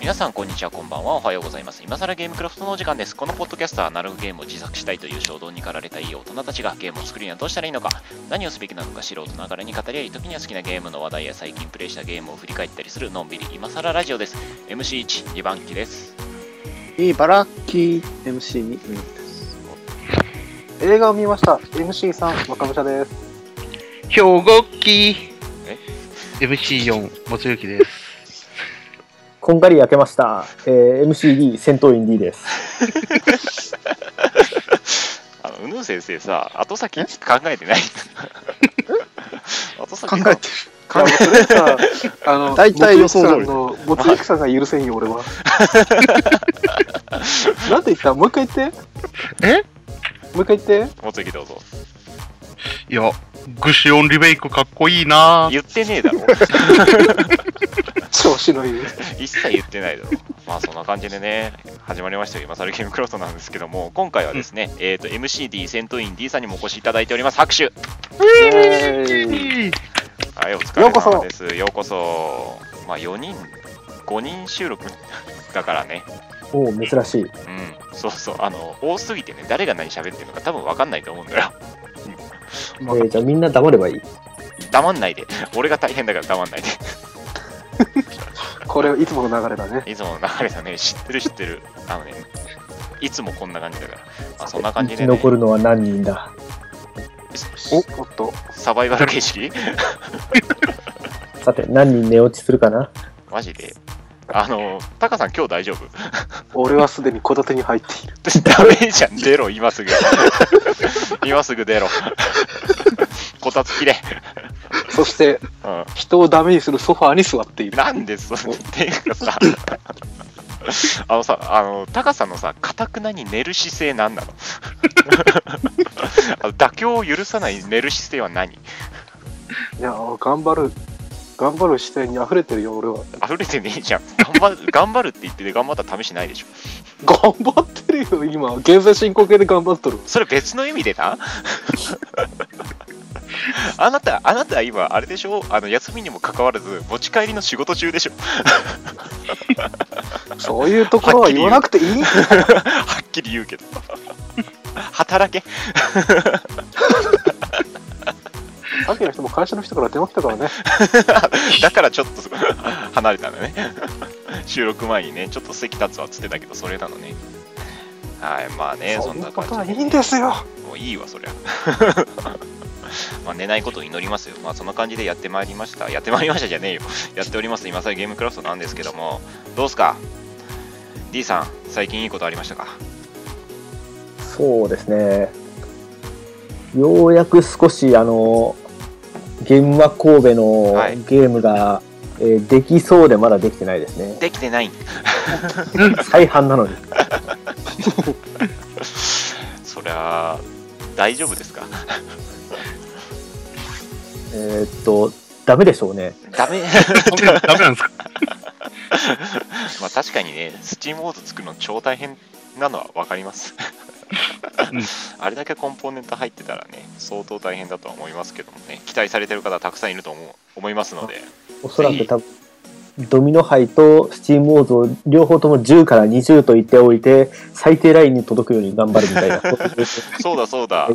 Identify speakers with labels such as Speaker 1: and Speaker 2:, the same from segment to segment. Speaker 1: 皆さんこんにちはこんばんはおはようございます今更ゲームクラフトのお時間ですこのポッドキャストはアナログゲームを自作したいという衝動に駆られたいい大人たちがゲームを作るにはどうしたらいいのか何をすべきなのか素人ながらに語り合い時には好きなゲームの話題や最近プレイしたゲームを振り返ったりするのんびり今更ラジオです MC1 2番機です
Speaker 2: いいバラッキー MC にうんです映画を見ました MC さん若武者です
Speaker 3: 兵庫期
Speaker 1: え
Speaker 3: MC4 もつゆき です
Speaker 4: こんがり焼けました。えー、MCD 戦闘員 D です。
Speaker 1: あのうぬ先生さ後先考えてない 後先
Speaker 5: 考え
Speaker 2: い
Speaker 5: て
Speaker 2: やもうそれさあの
Speaker 5: 大体予想通り
Speaker 2: りのもつゆきさんが許せんよ 俺はなんて言ったもう一回言って
Speaker 3: え
Speaker 2: もう一回言って
Speaker 1: もつゆきどうぞ
Speaker 3: いやグシオンリメイクかっこいいなぁ
Speaker 1: 言ってねえだろ
Speaker 2: 調子のいい
Speaker 1: 一切言ってないだろ まあそんな感じでね始まりましたよ今更ゲームクロフトなんですけども今回はですね、えっ、と MCD 戦闘員 D さんにもお越しいただいております拍手はいお疲れ様ですようこそまあ4人5人収録 だからね
Speaker 4: おお、珍しい。
Speaker 1: うんそうそうあの多すぎてね誰が何喋ってるのか多分分かんないと思うんだよ
Speaker 4: えー、じゃあみんな黙ればいい。
Speaker 1: 黙んないで俺が大変だから黙んないで
Speaker 2: これいつもの流れだね
Speaker 1: いつもの流れだね、知ってる知ってる。あのね、いつもこんな感じだから。まあ、そんな感じで、
Speaker 4: 生
Speaker 1: ね
Speaker 4: き、残るのは何人だ。
Speaker 2: おおっと
Speaker 1: サバイバル形式
Speaker 4: さて、何人寝落ちするかな
Speaker 1: マジで。あの、タカさん今日大丈夫
Speaker 2: 俺はすでに戸建てに入っている
Speaker 1: ダメじゃん、出ろ、今すぐ。 今すぐ出ろ。 こたつきれ。
Speaker 2: そして
Speaker 1: うん。
Speaker 2: 人をダメにするソファーに座っている
Speaker 1: なんでそっていうかさ、 あのさ、あの、タカさんのさ、かたくなに寝る姿勢なんなの あの妥協を許さない寝る姿勢は何
Speaker 2: いや頑張る頑張る視点に溢れてるよ俺は
Speaker 1: 溢れてねえじゃん。頑張る、頑張るって言ってて頑張ったら試しないでしょ。
Speaker 2: 頑張ってるよ今現在進行形で頑張っとる
Speaker 1: それ別の意味でな あなた、あなた今、あれでしょあの、休みにもかかわらず、持ち帰りの仕事中でしょ
Speaker 2: そういうところは言わなくていい
Speaker 1: はっきり言うけど。働け
Speaker 2: さっきの人も会社の人から電話来たからね。
Speaker 1: だからちょっと離れたんだね。収録前にね、ちょっと席立つわっつってたけど、それなのね。はい、まあね、そ
Speaker 2: そ
Speaker 1: ん
Speaker 2: ん
Speaker 1: な
Speaker 2: なこと
Speaker 1: 感
Speaker 2: は
Speaker 1: じ
Speaker 2: い
Speaker 1: で
Speaker 2: いんですよ。
Speaker 1: もういいわ、そりゃ。 まあ寝ないことを祈りますよ。まあそんな感じでやってまいりました。やってまいりましたじゃねえよ。やっております。今更ゲームクラフトなんですけども、どうすか ?D さん、最近いいことありましたか
Speaker 4: そうですね。ようやく少し、あの、ゲームは神戸の
Speaker 1: はい
Speaker 4: ゲームが、えーできそうでまだできてないですね。
Speaker 1: できてない。
Speaker 4: 再販なのに。
Speaker 1: そりゃ、大丈夫ですか
Speaker 4: えーっと、ダメでしょうね。
Speaker 1: ダメ。
Speaker 3: ダメなんですか
Speaker 1: まあ確かにね、スチームボード作るの超大変なのは分かります。
Speaker 3: うん
Speaker 1: あれだけコンポーネント入ってたらね、相当大変だとは思いますけどもね、期待されてる方たくさんいると思う思いますので、
Speaker 4: おそらく多分、ドミノ杯とスチームウォーズを両方とも10から20と言っておいて、最低ラインに届くように頑張るみたいな。
Speaker 1: そうだそうだ、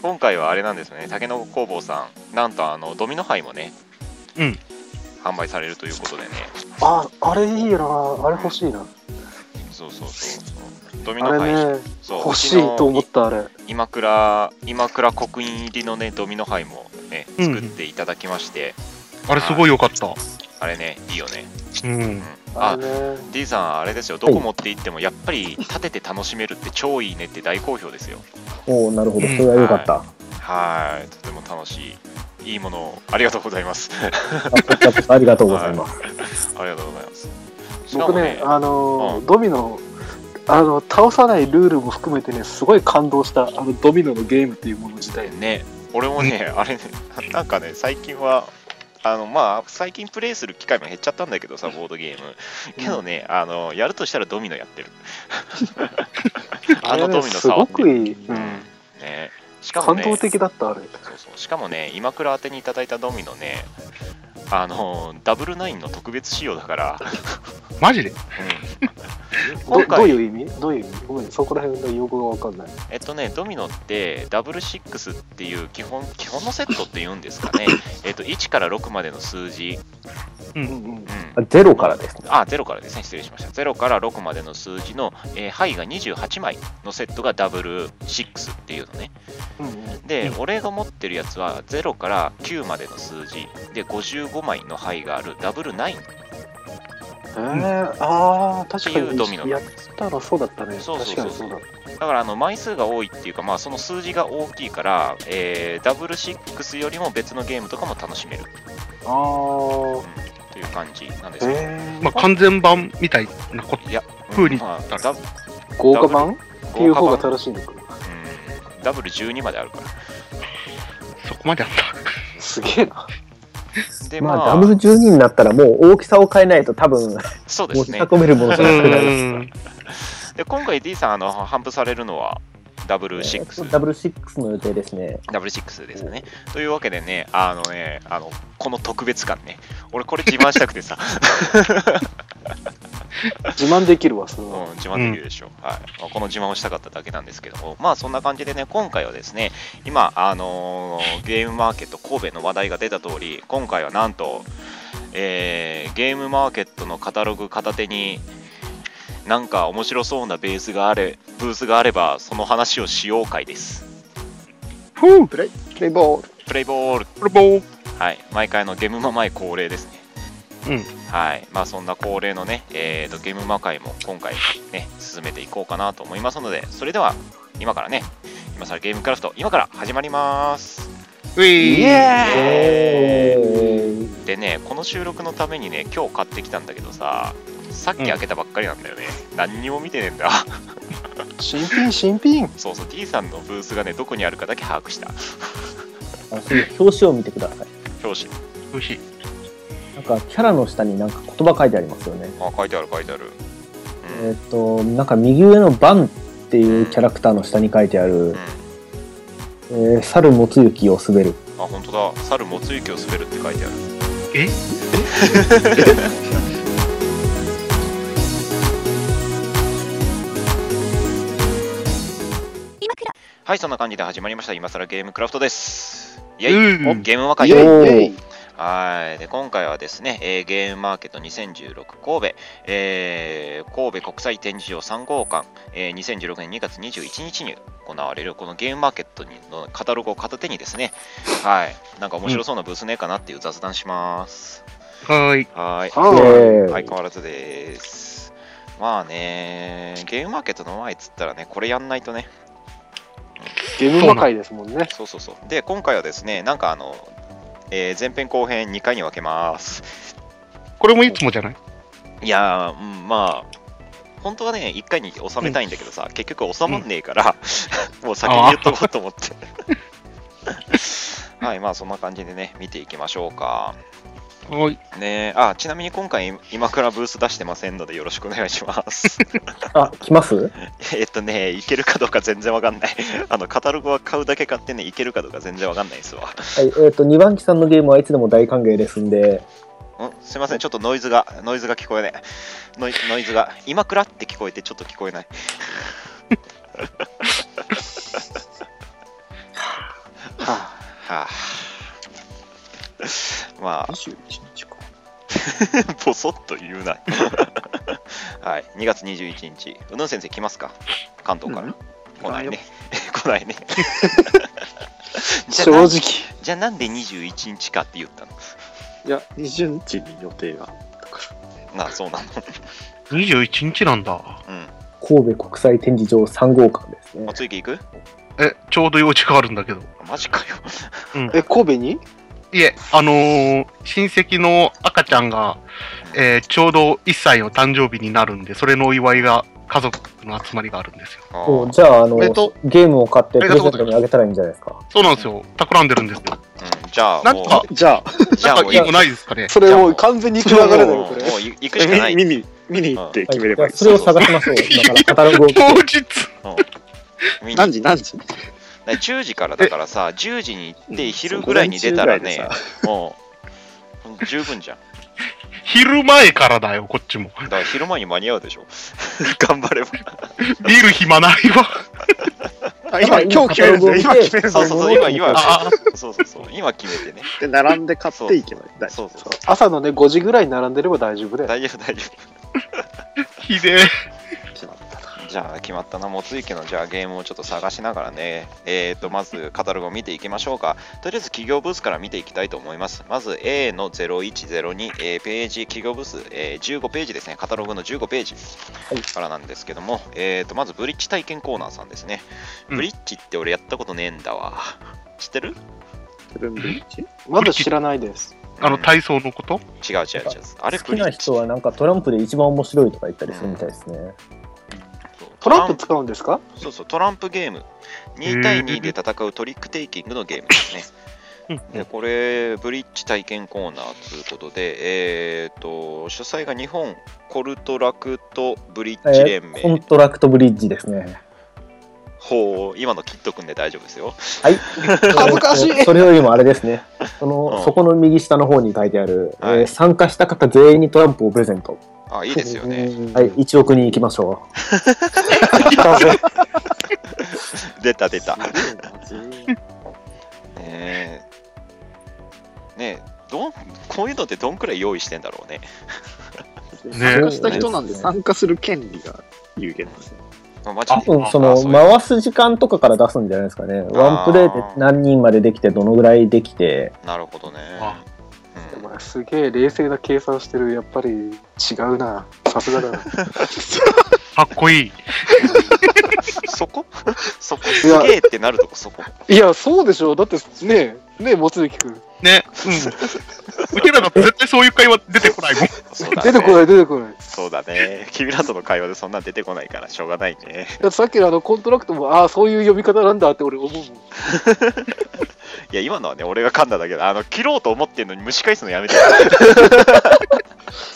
Speaker 1: 今回はあれなんですよね、竹の子工房さん、なんとあのドミノ杯もね、
Speaker 3: うん
Speaker 1: 販売されるということでね、
Speaker 2: あ、あれいいよな。あれ欲しいな。
Speaker 1: そうそうそうそう、ドミノ
Speaker 2: あ
Speaker 1: 杯、
Speaker 2: れね、
Speaker 1: そう
Speaker 2: 欲しいと思
Speaker 1: う
Speaker 2: っ
Speaker 1: ちの
Speaker 2: たあれ。
Speaker 1: 今倉今倉刻印入りのねドミノ杯もね
Speaker 3: うん
Speaker 1: 作っていただきまして、
Speaker 3: あれすごい良かった
Speaker 1: あれねいいよね、
Speaker 3: うん
Speaker 2: あれね。
Speaker 1: D さん、あれですよ、どこ持って行っても、やっぱり立てて楽しめるって超いいねって大好評ですよ。
Speaker 4: おおなるほど。それは良かった。
Speaker 1: はい、とても楽しい、いいものを、ありがとうございます。
Speaker 4: ありがとうございます。
Speaker 1: ありがとうございます。しか
Speaker 2: 僕
Speaker 1: も
Speaker 2: ね
Speaker 1: ね、、
Speaker 2: あの
Speaker 1: う
Speaker 2: ー、ドミノ、あの、倒さないルールも含めてね、すごい感動した、あの、ドミノのゲームっていうもの自体。
Speaker 1: ね俺もね、あれね、 なんかね、最近は、あのまあ、最近プレイする機会も減っちゃったんだけどさ、ボードゲーム。けどね、あのやるとしたらドミノやっ てる。 あの
Speaker 2: れね
Speaker 1: ドミノ
Speaker 2: す
Speaker 1: 触
Speaker 2: ご
Speaker 1: って
Speaker 2: くいい。う
Speaker 1: うん
Speaker 2: ん。
Speaker 1: ね、しかも
Speaker 2: 感
Speaker 1: ね、
Speaker 2: 動的だった、あれ。
Speaker 1: そうそうしかもね、今倉宛てにいただいたドミノね、あのダブルナインの特別仕様だから、
Speaker 3: マジで
Speaker 1: 今
Speaker 2: どどう
Speaker 1: 回
Speaker 2: いう意味どういう意味ごめん、そこら辺の用語がわかんない。
Speaker 1: えっとねドミノってダブルシックスっていう基本基本のセットって言うんですかねえっと1から6までの数字、
Speaker 2: うんうん。
Speaker 1: うん、
Speaker 4: ゼロからですね。
Speaker 1: あ0からですね失礼しました0から6までの数字の、えー範囲が28枚のセットがダブルシックスっていうのね
Speaker 2: うんうん
Speaker 1: で、
Speaker 3: う
Speaker 1: 俺が持ってるやつは0から9までの数字で55枚の牌があるダブル9っ
Speaker 2: えー、ああ、
Speaker 1: て
Speaker 2: 確か
Speaker 1: いうドミノ
Speaker 2: に
Speaker 1: な
Speaker 2: や
Speaker 1: ん
Speaker 2: っ
Speaker 1: です
Speaker 2: たらそうだったね。
Speaker 1: そうそうそ
Speaker 2: 確か
Speaker 1: う
Speaker 2: にそうだ。
Speaker 1: だからあの枚数が多いっていうか、まあ、その数字が大きいから、えーダブルシックスよりも別のゲームとかも楽しめる、
Speaker 2: あー
Speaker 1: うん、という感じなんですけど、
Speaker 2: え
Speaker 3: まあ、完全版みたいなこと。
Speaker 1: うん
Speaker 3: 風に
Speaker 1: まあ
Speaker 3: なる
Speaker 1: ダ
Speaker 2: ー、豪華版っていう方が正しいのかな。
Speaker 1: うんダブル12まであるから
Speaker 3: そこまであった。
Speaker 2: すげえな。
Speaker 1: で
Speaker 4: ま
Speaker 1: ま
Speaker 4: あ、
Speaker 1: あ、
Speaker 4: ダブル12になったらもう大きさを変えないと多分、
Speaker 1: そうで
Speaker 4: 持
Speaker 1: す
Speaker 4: ち
Speaker 1: ね
Speaker 4: 運べるものじゃなくなる。
Speaker 3: うん
Speaker 1: で今回 D さんあの頒布されるのはダブル6
Speaker 4: ダブル6の予定ですね。
Speaker 1: ダブルシックスですね。というわけでね、あのね、あの、この特別感ね、俺これ自慢したくてさ、
Speaker 2: 自慢できるわ、それ
Speaker 1: う
Speaker 2: は。
Speaker 1: ん、自慢できるでしょ。はい。まあこの自慢をしたかっただけなんですけども、まあそんな感じでね、今回はですね、今、あのーゲームマーケット神戸の話題が出た通り、今回はなんと、えーゲームマーケットのカタログ片手に、なんか面白そうなベースがあれ、ブースがあれば、その話をしよう会です。
Speaker 3: ふう、
Speaker 2: プレイボール。
Speaker 1: プレイボール
Speaker 3: これも、
Speaker 1: はい、毎回のゲームマ前恒例ですね。
Speaker 3: うん
Speaker 1: はい、まあそんな恒例のね、えー、とゲームマ会も今回ね、進めていこうかなと思いますので、それでは今からね、今更ゲームクラフト、今から始まります。
Speaker 3: ウィー。
Speaker 4: え
Speaker 1: でね、この収録のためにね、今日買ってきたんだけどさ、さっき開けたばっかりなんだよね。何にも見てねえんだ。
Speaker 2: 新品、新品。
Speaker 1: そうそう、T さんのブースがね、どこにあるかだけ把握した。
Speaker 4: あその表紙を見てください。
Speaker 1: 表紙。
Speaker 3: 美味しい。
Speaker 4: なんか、キャラの下になんか言葉書いてありますよね。
Speaker 1: あ、書いてある書いてある。うん
Speaker 4: えっ、と、なんか右上のバンっていうキャラクターの下に書いてある
Speaker 1: うん、
Speaker 4: えー、猿もつゆきを滑る。
Speaker 1: あ、本当だ。猿もつ雪を滑るって書いてある。
Speaker 3: え
Speaker 1: はい、そんな感じで始まりました。今更ゲームクラフトです。イェイ、
Speaker 3: うん。
Speaker 1: ゲームマ会
Speaker 2: イ
Speaker 1: は
Speaker 2: ェイイェイ
Speaker 1: ーいで今回はですね、えーゲームマーケット2016神戸、えー神戸国際展示場3号館、えー2016年2月21日に行われるこのゲームマーケットにのカタログを片手にですね、はい、なんか面白そうなブースねえかなっていう雑談します。
Speaker 3: はーい。
Speaker 1: はい。
Speaker 4: ー
Speaker 1: 相変わらずです。まあね、ゲームマーケットの前っつったらね、これやんないとね、
Speaker 2: ゲーム魔界ですもんね。
Speaker 1: そうそうそう。で、今回はですね、なんかあの、えー前編後編2回に分けます。
Speaker 3: これもいつもじゃない
Speaker 1: いやー、うんまあ、本当はね、1回に収めたいんだけどさ、結局収まんねえから、もう先に言っとこうと思って。はい、まあそんな感じでね、見ていきましょうか。
Speaker 3: はーい。
Speaker 1: ねえあ、ちなみに今回、今からブース出してませんので、よろしくお願いし ます。
Speaker 4: あ、来ます
Speaker 1: えっとね、いけるかどうか全然わかんない。あの、カタログは買うだけ買ってね、いけるかどうか全然わかんないですわ。
Speaker 4: はい、えっ、と、2番機さんのゲームはいつでも大歓迎ですん
Speaker 1: ん
Speaker 4: で、
Speaker 1: すいません、ちょっとノイズが、ノイズが聞こえない。ノイノイズが、今くらって聞こえて、ちょっと聞こえない。
Speaker 2: は
Speaker 1: はぁ、ま
Speaker 2: あ、
Speaker 1: あ、
Speaker 2: 21日か。
Speaker 1: ぼそっと言うな。はい、2月21日、うぬん先生来ますか関東から。来ないね。 来ないね。じゃ
Speaker 2: 正
Speaker 1: あ
Speaker 2: 直
Speaker 1: な。じゃあなんで21日かって言ったの
Speaker 2: いや、20日に予定が。
Speaker 1: なあ、そうなの。
Speaker 3: 21日なんだ。
Speaker 1: うん。
Speaker 4: 神戸国際展示場3号館ですね
Speaker 1: もう。ついていく
Speaker 3: え、ちょうど用事があるんだけど。
Speaker 1: マジかよ。
Speaker 2: え、神戸に
Speaker 3: いえ、あのー親戚の赤ちゃんが、えーちょうど1歳の誕生日になるんで、それのお祝いが、家族の集まりがあるんですよ。
Speaker 1: あー
Speaker 4: おじゃあ、あの、
Speaker 3: おめでと
Speaker 4: ゲームを買ってプレゼントにあげたらいいんじゃないですか。
Speaker 3: そうなんですよ。企んでるんですよ。
Speaker 1: うん、じゃあ、もう、
Speaker 3: なんか
Speaker 2: じゃあ、
Speaker 1: じ
Speaker 3: な
Speaker 1: ゃあも
Speaker 3: ん
Speaker 1: う
Speaker 3: かいいのないですかね。
Speaker 2: それもう完全に行く流れだよ、
Speaker 1: も
Speaker 2: こ
Speaker 1: う
Speaker 2: れ。
Speaker 1: もう行くしかない。
Speaker 5: 見に見に行って決めれば
Speaker 4: はい
Speaker 5: い
Speaker 4: じゃあそれを探しましょう。だから、カタログを。
Speaker 3: 当 日
Speaker 1: 見
Speaker 5: い。
Speaker 1: に
Speaker 5: 何時何時
Speaker 1: だから10時からだからさ、10時に行って、昼ぐらいに出たらね、もう、十分じゃん。
Speaker 3: 昼前からだよ、こっちも。
Speaker 1: だから昼間に間に合うでしょ。 頑張れば。
Speaker 3: 見る暇ないわ。
Speaker 2: あ今、今日決めるんですよ。今決めるん
Speaker 1: そう
Speaker 2: で
Speaker 1: そうそう、今、今、
Speaker 3: あ
Speaker 1: そうそうそう、今決めてね。
Speaker 5: で、並んで買っていけばいい。大丈
Speaker 1: そうそうそう。
Speaker 2: 朝のね、5時ぐらいに並んでれば大丈夫だよ。
Speaker 1: 大丈夫、大丈
Speaker 3: ひでえ。
Speaker 1: 夫。決まったな。じゃあ、決まったな。もついけの、じゃあゲームをちょっと探しながらね、えーと、まずカタログを見ていきましょうか。とりあえず企業ブースから見ていきたいと思います。まず A の0102、えーページ、企業ブース、えー15ページですね。カタログの15ページからなんですけども、えーと、まずブリッジ体験コーナーさんですね。
Speaker 3: うん
Speaker 1: ブリッジって俺やったことねえんだわ。知ってる
Speaker 5: 夫。ルンブリッジ
Speaker 2: まだ知らないです。
Speaker 3: あの、体操のこと
Speaker 1: 違う違う違う。あれ
Speaker 4: 好きな人はなんかトランプで一番面白いとか言ったりするみたいですね。
Speaker 2: トランプ使うんですか
Speaker 1: そうそう、トランプゲーム。2対2で戦うトリックテイキングのゲームですね。でこれ、ブリッジ体験コーナーということで、えー、と主催が日本コルトラクトブリッジ
Speaker 4: え
Speaker 1: 連
Speaker 4: ーコン
Speaker 1: 盟。
Speaker 4: トラクトブリッジですね。
Speaker 1: ほう、今のキット君で大丈夫ですよ。
Speaker 2: 恥ずかしい
Speaker 4: えーとそれよりもあれですね。その、
Speaker 1: うん
Speaker 4: そこの右下の方に書いてある、
Speaker 1: はい
Speaker 4: えー参加した方全員にトランプをプレゼント。
Speaker 1: あ、いいですよね。
Speaker 2: うん
Speaker 4: はい、1億人行きましょ
Speaker 2: 来たぜ。
Speaker 1: 出た出た。
Speaker 5: すげえな
Speaker 1: ねえねえどんこういうのってどんくらい用意してんだろうね。
Speaker 5: 参加した人なんで参加する権利が有限なんですよ。
Speaker 1: まあマジで
Speaker 4: う。うん、そ
Speaker 1: あ
Speaker 4: の、
Speaker 1: ういう
Speaker 4: 回す時間とかから出すんじゃないですかね。ワンプレイで何人までできて、どのぐらいできて、
Speaker 1: なるほどね。
Speaker 3: あ
Speaker 1: うん
Speaker 2: お前すげえ冷静な計算してる。やっぱり違うな。さすがだな。
Speaker 3: かっこいい。
Speaker 1: そこそこすげえってなるとこそこ。
Speaker 2: いや、そうでしょ。だってねえ、ねえ、望月君。
Speaker 3: ね。うん。うちらだと絶対そういう会話出てこないもん。
Speaker 1: そうだね
Speaker 2: 出てこない、出てこない。
Speaker 1: そうだね。君らとの会話でそんなん出てこないからしょうがないね。
Speaker 2: だってさっきのあのコントラクトも、ああ、そういう呼び方なんだって俺思うもん。
Speaker 1: いや、今のはね、俺が噛んだだけど、あの、切ろうと思ってんのに蒸し返すのやめて。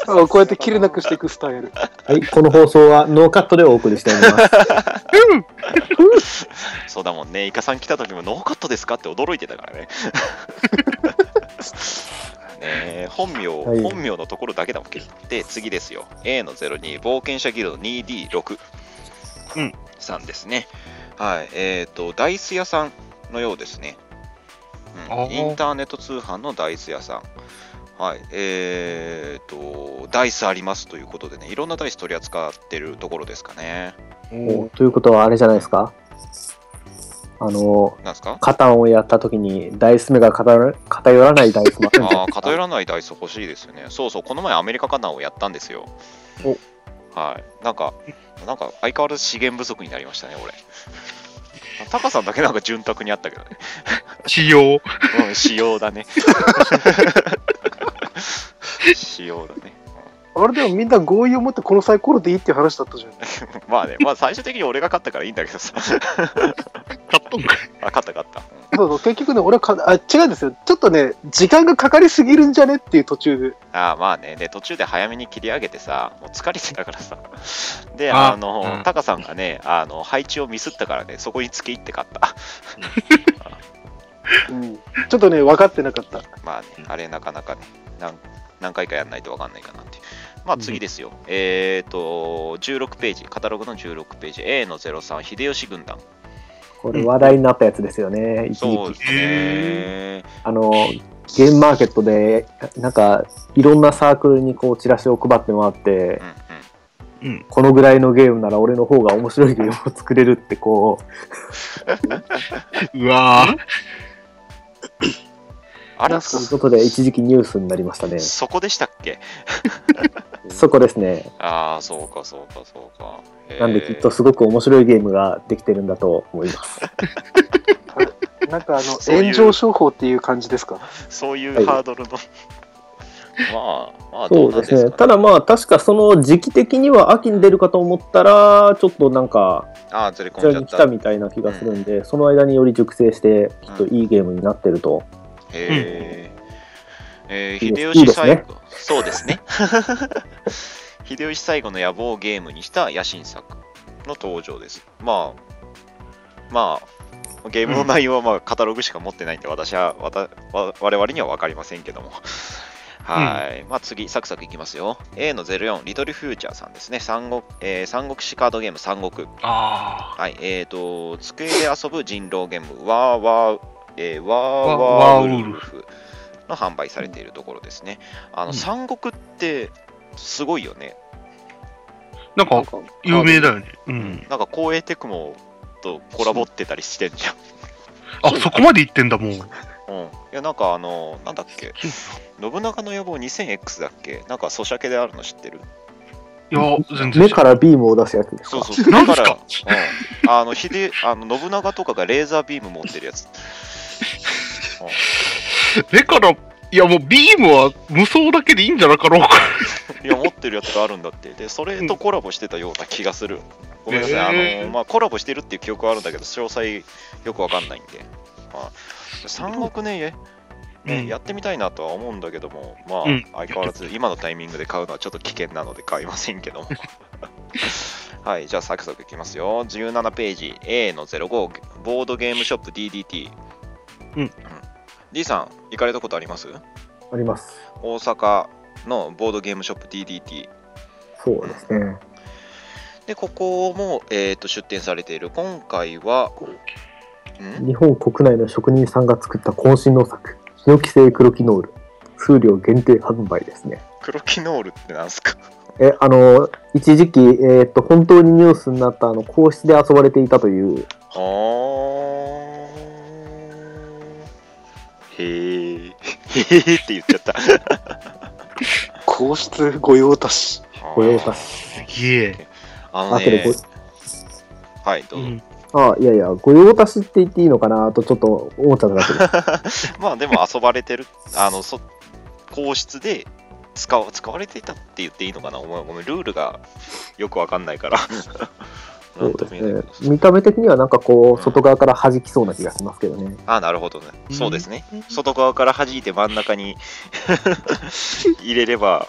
Speaker 2: あのこうやって切れなくしていくスタイル。
Speaker 4: はい、この放送はノーカットでお送りしております。
Speaker 1: そうだもんね。イカさん来た時もノーカットですかって驚いてたから ね。ねえ本名、
Speaker 4: い
Speaker 1: 本名のところだけだもんけど。で、次ですよ。A の02、冒険者ギルド 2D6
Speaker 3: うん
Speaker 1: さんですね。はい。えっ、と、ダイス屋さんのようですね。う
Speaker 3: あ
Speaker 1: ん、
Speaker 3: ー
Speaker 1: インターネット通販のダイス屋さん。はい、えー、と、ダイスありますということでね、いろんなダイス取り扱ってるところですかね。
Speaker 4: おということはあれじゃないですか。あの、
Speaker 1: なんですか
Speaker 4: カタンをやった時に、ダイス目が偏ら偏らないダイスもあるんじゃな
Speaker 1: あ
Speaker 4: い
Speaker 1: あ、
Speaker 4: ですか
Speaker 1: 偏らないダイス欲しいですよね。そうそう、この前アメリカカナをやったんですよ。はい。なんか、なんか相変わらず資源不足になりましたね、俺。タカさんだけなんか潤沢にあったけどね。
Speaker 3: 仕様。
Speaker 1: うん、仕様だ ね。仕様だね。
Speaker 2: あれでもみんな合意を持ってこのサイコロでいいっていう話だったじゃん。
Speaker 1: まあね、まあ最終的に俺が勝ったからいいんだけどさ。
Speaker 3: 買っとんかい。
Speaker 1: あ、勝った勝った。うん
Speaker 2: そうそう結局ね、俺はかあ、違うんですよ。ちょっとね、時間がかかりすぎるんじゃねっていう途中で。
Speaker 1: ああまあね、で途中で早めに切り上げてさ、もう疲れてたからさ。で、あ
Speaker 3: あ
Speaker 1: の、
Speaker 3: うん
Speaker 1: タカさんがね、あの配置をミスったからね、そこに付け入って勝った。
Speaker 2: うん。ちょっとね、分かってなかった。
Speaker 1: まあね、あれなかなかね、なん何回かやんないと分かんないかなっていう。まあ次ですよ。えっ、と、16ページ、カタログの16ページ、A の03、秀吉軍団。
Speaker 4: これ話題になったやつですよね、一時
Speaker 1: そう
Speaker 4: 期。
Speaker 1: ですね。
Speaker 4: あの、ゲームマーケットで、なんか、いろんなサークルにこう、チラシを配ってもらって
Speaker 1: うん、うん。
Speaker 4: このぐらいのゲームなら俺の方が面白いゲームを作れるってこ
Speaker 3: うわぁ。
Speaker 1: あれ
Speaker 4: う、そういうことで一時期ニュースになりましたね。
Speaker 1: そこでしたっけ
Speaker 4: そこですね。
Speaker 1: ああ、そうか、そうか、そうか。
Speaker 4: なんで
Speaker 1: えー
Speaker 4: きっとすごく面白いゲームができてるんだと思います。
Speaker 2: なんかあの、
Speaker 1: そういう
Speaker 2: 炎上商法っていう感じですか。
Speaker 1: そうい
Speaker 4: は
Speaker 1: う
Speaker 4: い
Speaker 1: ハードルの。 まあ、まあ、ど
Speaker 4: そうう
Speaker 1: なんで
Speaker 4: で
Speaker 1: す
Speaker 4: す
Speaker 1: か、
Speaker 4: ね。ただまあ確かその時期的には秋に出るかと思ったら、ちょっとなんか、
Speaker 1: ああ、ずれ
Speaker 4: こ
Speaker 1: 込
Speaker 4: ち
Speaker 1: んじゃ
Speaker 4: ら
Speaker 1: っ
Speaker 4: に来
Speaker 1: た。
Speaker 4: たみたいな気がするんで、その間により熟成して、きっといいゲームになってると。
Speaker 1: へえ。え
Speaker 4: いい
Speaker 1: ー、
Speaker 4: で
Speaker 1: 秀
Speaker 4: すい
Speaker 1: 吉
Speaker 4: いです
Speaker 1: 最
Speaker 4: ね
Speaker 1: 後、そうですね。 秀吉最後の野望をゲームにした野心作の登場です。まあ、まあ、ゲームの内容はまあカタログしか持ってないんで、私は、わたわ我々には分かりませんけども。はい。まあ次、サクサクいきますよ。A の04、リトルフューチャーさんですね。三国、えー三国志カードゲーム三国。
Speaker 3: あ
Speaker 1: はい。えーと、机で遊ぶ人狼ゲーム、ワーワー、えーワーワ
Speaker 3: ワワ
Speaker 1: ーウ
Speaker 3: ーウ
Speaker 1: ル
Speaker 3: ル
Speaker 1: フの販売されているところですね。あの、
Speaker 3: うん
Speaker 1: 三国ってすごいよね。
Speaker 3: あ、なんか有名だよね。うん。
Speaker 1: なんか光栄テクモとコラボってたりしてんじゃん。
Speaker 3: あ、そこまで行ってんだ、もう。
Speaker 1: うん、いやなんかあのなんだっけ信長の野望 2000X だっけなんかソシャゲであるの知ってる
Speaker 3: いや、全然知ら
Speaker 4: 目
Speaker 3: ん。
Speaker 4: からビームを出すやつです
Speaker 1: そう
Speaker 4: か。
Speaker 1: そう
Speaker 3: なん
Speaker 1: だ
Speaker 3: で
Speaker 1: か
Speaker 3: す
Speaker 1: ら
Speaker 3: か、
Speaker 1: うん、あの秀あの信長とかがレーザービーム持ってるやつ
Speaker 3: 目から、いやもうビームは無双だけでいいんじゃなかろうか。
Speaker 1: いや持ってるやつがあるんだってでそれとコラボしてたような気がするごめんなさい、
Speaker 3: へー
Speaker 1: あのまあコラボしてるっていう記憶はあるんだけど詳細よくわかんないんで、まあ、三国ねえね、
Speaker 3: うん
Speaker 1: やってみたいなとは思うんだけども、まあ、
Speaker 3: うん
Speaker 1: 相変わらず今のタイミングで買うのはちょっと危険なので買いません けども。はい、じゃあサクサクいきますよ。17ページ A の05、ボードゲームショップ DDT。
Speaker 3: うん
Speaker 1: D さん、行かれたことあります
Speaker 4: あります。
Speaker 1: 大阪のボードゲームショップ DDT。
Speaker 4: そうですね。
Speaker 1: で、ここも、えー、と出展されている、今回は、ん
Speaker 4: 日本国内の職人さんが作った渾身の作、ヒノキ製黒キノール。数量限定販売ですね。
Speaker 1: 黒キノールってなんすか
Speaker 4: え、あの、一時期、えーっと、本当にニュースになった、あの、皇室で遊ばれていたという、
Speaker 1: はーへーへーって言っちゃ った。
Speaker 5: 皇室御用達。
Speaker 4: ご用達。
Speaker 3: いえ。
Speaker 1: あの
Speaker 4: あと
Speaker 1: ね
Speaker 4: でご、、
Speaker 1: はい、ど
Speaker 3: う
Speaker 1: うぞ。
Speaker 3: ん。
Speaker 4: あ、いやいや、ご用達って言っていいのかなと、ちょっと思っちゃっただけです。
Speaker 1: まあでも遊ばれてる、あの、そ皇室で使わ使われていたって言っていいのかなごめんごめん、ルールがよくわかんない から。
Speaker 4: そ
Speaker 1: なん
Speaker 4: う
Speaker 1: と
Speaker 4: で
Speaker 1: も言えないけど
Speaker 4: すね。見た目的にはなんかこう、外側から弾きそうな気がしますけどね。
Speaker 1: あ、なるほどね。そうですね。外側から弾いて真ん中に 入れれば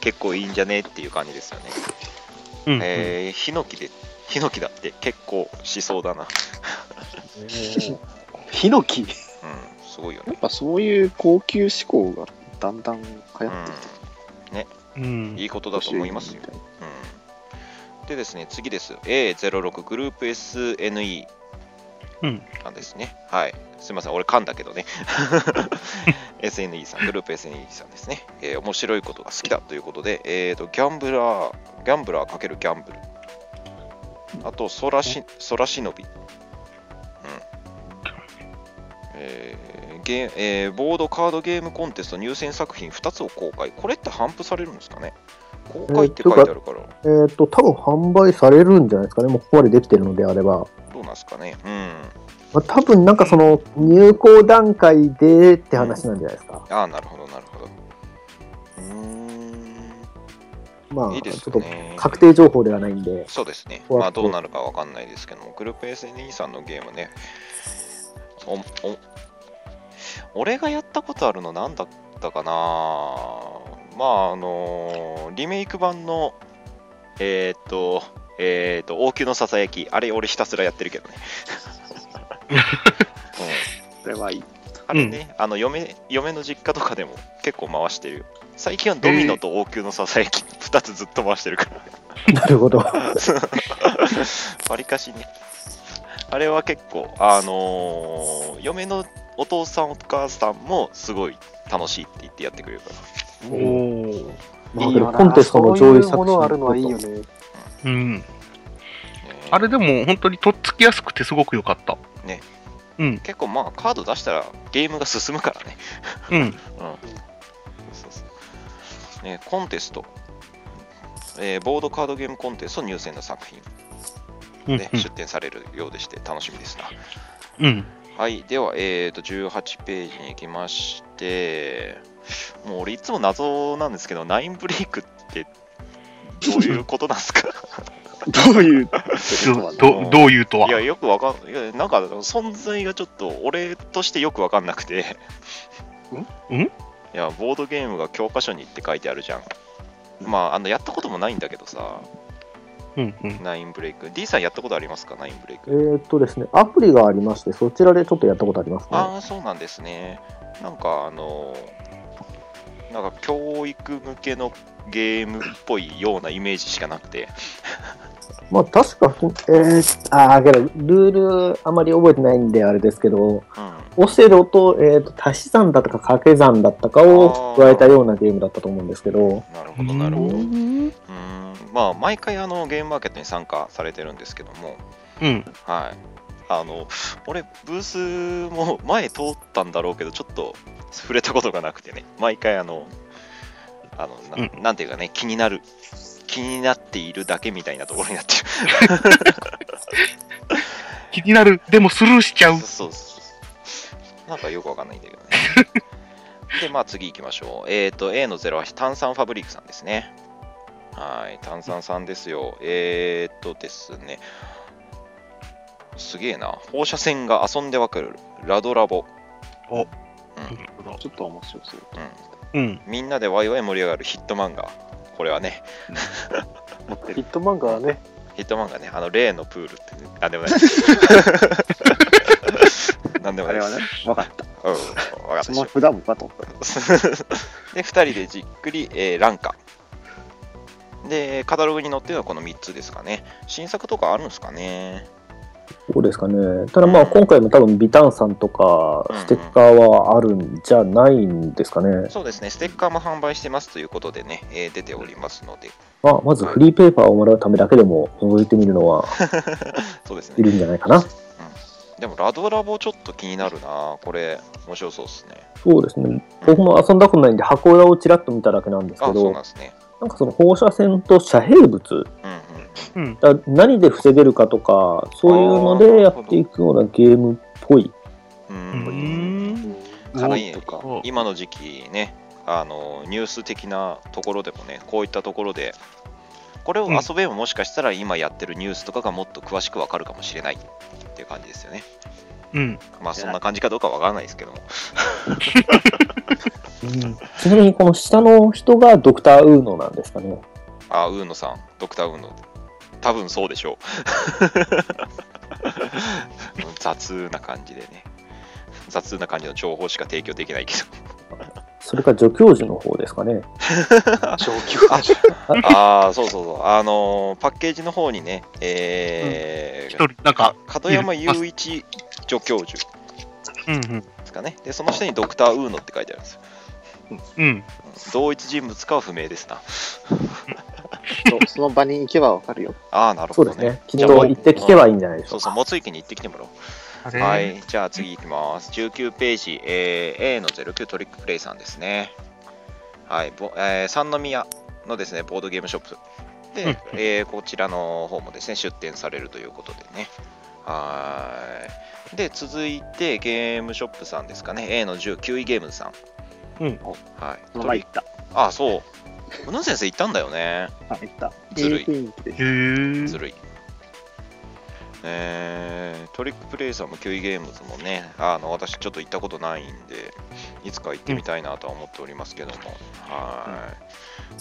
Speaker 1: 結構いいんじゃねっていう感じですよね。
Speaker 3: うん。
Speaker 1: えー、ヒノキで、ヒノキだって結構しそうだな。うん、
Speaker 5: ヒノキ。
Speaker 1: すごいよね。
Speaker 5: やっぱそういう高級志向がだんだん流行ってきて
Speaker 3: うん
Speaker 1: うん、いいことだと思いますよ。うん、でですね、次です。A06 グループ SNE
Speaker 3: うん
Speaker 1: なんですね。はい。すみません、俺噛んだけどね。SNE さん、グループ SNE さんですね。えー面白いことが好きだということで、えーと、ギャンブラー、ギャンブラーかけるギャンブル。あと、空し、空忍び。うん。えーゲーえーボードカードゲームコンテスト入選作品2つを公開。これって頒布されるんですかね公開って書いてあるから。
Speaker 4: えーっと、多分販売されるんじゃないですかね。もうここまでできてるのであれば。
Speaker 1: どうなんですかね。うん。
Speaker 4: まあ、多分なんかその、入稿段階でって話なんじゃないですか。
Speaker 1: ああ、なるほど、なるほど。うー
Speaker 4: ま
Speaker 1: ん。
Speaker 4: あ、
Speaker 1: いい
Speaker 4: ち
Speaker 1: で
Speaker 4: ょっ
Speaker 1: す
Speaker 4: と
Speaker 1: ね。
Speaker 4: 確定情報ではない んで。
Speaker 1: そうですね。
Speaker 4: 怖く
Speaker 1: まあ、どうなるかわかんないですけども、グループ SNE さんのゲームね。おお俺がやったことあるのなんだったかなまあ、あのーリメイク版の、えーっと、えーっと、王宮のささやき。あれ、俺ひたすらやってるけどね。うん
Speaker 5: これはいい。
Speaker 1: あれね、あの嫁嫁の実家とかでも結構回してるよ。最近はドミノと王宮のささやき2つ ずっと回してるから、
Speaker 4: なるほど。
Speaker 1: わりかしね。あれは結構、あのー嫁のお父さんお母さんもすごい楽しいって言ってやってくれるから。
Speaker 3: おお。
Speaker 4: まあでもコンテストの上
Speaker 2: そう
Speaker 4: 位作
Speaker 2: いうものあるのはいいよ
Speaker 4: 品
Speaker 2: ね。
Speaker 3: うん。
Speaker 1: ね
Speaker 3: あれでも本当にとっつきやすくてすごく良かった。
Speaker 1: 結構まあカード出したらゲームが進むからね。
Speaker 3: うん。
Speaker 1: そうそうね、コンテスト、えーボードカードゲームコンテスト入選の作品、
Speaker 3: うん
Speaker 1: ね出展されるようでして楽しみですな。
Speaker 3: うん。うん。
Speaker 1: はい、では、えー、と18ページに行きまして、もう俺いつも謎なんですけど、ナインブレイクってどういうことなんですか
Speaker 5: どういうこと
Speaker 3: ど
Speaker 5: なの
Speaker 1: うん
Speaker 3: どどういうとはい
Speaker 1: や、よくわかんいや、なんか存在がちょっと俺としてよくわかんなくて。
Speaker 3: んん
Speaker 1: いや、ボードゲームが教科書にって書いてあるじゃん。まあ、あの、やったこともないんだけどさ、
Speaker 3: うんうん。
Speaker 1: ナインブレイク。D さんやったことありますか、ナインブレイ
Speaker 4: え
Speaker 1: ク。
Speaker 4: ーっとですね、アプリがありまして、そちらでちょっとやったことありますね。
Speaker 1: ああ、そうなんですね。なんか、あの、なんか教育向けのゲームっぽいようなイメージしかなくて、
Speaker 4: まあ確か、えー、ああ、けど、ルールあまり覚えてないんであれですけど、
Speaker 1: うん、
Speaker 4: オセロと、えー、と足し算だったか掛け算だったかを加えたようなゲームだったと思うんですけど、
Speaker 1: なるほどなるほど
Speaker 3: う
Speaker 1: うん
Speaker 6: ん
Speaker 1: まあ毎回あのゲームマーケットに参加されてるんですけども
Speaker 3: うん。
Speaker 1: はいあの俺ブースも前通ったんだろうけどちょっと触れたことがなくてね毎回あのあのな,、、
Speaker 3: うん
Speaker 1: なんていうかね気になる気になっているだけみたいなところになってる
Speaker 3: 気になる。でもスルーしちゃう。
Speaker 1: そうそうそうなんかよくわかんないんだ けどねでまあ次行きましょうえっ、ー、と A の0は炭酸ファブリックさんですねはい炭酸さんですよえっ、ー、とですねすげえな放射線が遊んでわかるラドラボ
Speaker 5: ちょっと面白そう。
Speaker 3: うん。
Speaker 1: みんなでワイワイ盛り上がるヒット漫画これはね
Speaker 2: ヒット漫画はね、
Speaker 1: ヒット漫画ねあの例のプールって、ね、あで もないなんでも
Speaker 5: あ
Speaker 1: ない
Speaker 5: れ
Speaker 1: で
Speaker 5: は
Speaker 1: す
Speaker 5: ね、わかった。
Speaker 1: うん、分かった
Speaker 5: そ
Speaker 1: でしょ
Speaker 5: の札もパトンと。
Speaker 1: で2人でじっくり、えー、ランカでカタログに載ってるのはこの3つですかね新作とかあるんですかね
Speaker 4: どうですかね。ただまあ今回も多分ビタンさんとか
Speaker 1: うんうん
Speaker 4: ステッカーはあるんじゃないんですかね。
Speaker 1: そうですねステッカーも販売してますということでね、えー出ておりますので
Speaker 4: まあまずフリーペーパーをもらうためだけでも覗いてみるのは
Speaker 1: そうです
Speaker 4: い
Speaker 1: ね
Speaker 4: るんじゃないかな。
Speaker 1: でもラドラボちょっと気になるなこれ面白そうですね
Speaker 4: そうですね。僕も遊んだことないんで箱裏をちらっと見ただけなんですけ
Speaker 1: あそう
Speaker 4: ど、
Speaker 1: なん
Speaker 4: な
Speaker 1: ですね
Speaker 4: んかその放射線と遮蔽物、
Speaker 1: うんうん
Speaker 3: うん。
Speaker 4: だから何で防げるかとか、そういうのでやっていくようなゲームっぽい。
Speaker 1: うん
Speaker 3: う
Speaker 1: うん
Speaker 3: ん。
Speaker 1: かなり
Speaker 5: とか。
Speaker 3: お
Speaker 1: 今の時期ねあのニュース的なところでもねこういったところでこれを
Speaker 3: うん
Speaker 1: 遊べばもしかしたら今やってるニュースとかがもっと詳しくわかるかもしれないっていう感じですよね
Speaker 3: うん。
Speaker 1: まあそんな感じかどうかわからないですけども
Speaker 4: ちなみにこの下の人がドクターウーノなんですかね。
Speaker 1: あウーノさんドクターウーノ多分そう でしょううん雑な感じでね雑な感じの情報しか提供できないけ ど
Speaker 4: それか助教授の方ですかね。
Speaker 2: 上 級
Speaker 1: ああーそうそうそうあのーパッケージの方にねえー
Speaker 3: 一人、なんか、
Speaker 1: 門山雄一助教授
Speaker 3: うんうん。
Speaker 1: ですかね。で、その下にドクター・ウーノって書いてあるんですよ。
Speaker 3: うん。
Speaker 1: うん同一人物かは不明ですな。
Speaker 5: そうその場に行けばわかるよ。
Speaker 1: ああ、なるほ
Speaker 4: そうで
Speaker 1: ど
Speaker 4: すね
Speaker 1: ね。。
Speaker 4: きっと行って聞けばいい
Speaker 1: ん
Speaker 4: んじゃないでし
Speaker 1: そ
Speaker 4: ょう
Speaker 1: うそう、
Speaker 4: か。
Speaker 1: もつ池に行ってきてもらおう。
Speaker 3: あれ
Speaker 1: は。い、じゃあ次行きます。19ページ、えー A の09トリックプレイさんですね。はい、ぼえー三宮のですね、ボードゲームショップ
Speaker 3: うん
Speaker 1: で、えーこちらの方もですね、出店されるということでね。はーい。で、続いてゲームショップさんですかね、A の10、9位ゲームズさん。
Speaker 3: うん
Speaker 1: はい。
Speaker 5: この前行った。
Speaker 1: あ、そう。宇野先生行ったんだよね。
Speaker 5: あ、行った。
Speaker 1: ずるい
Speaker 5: いい雰囲気で
Speaker 3: へえ
Speaker 1: ず。るい。えー、トリックプレイさんもキュイゲームズもね、あの私ちょっと行ったことないんで、いつか行ってみたいなとは思っておりますけども。は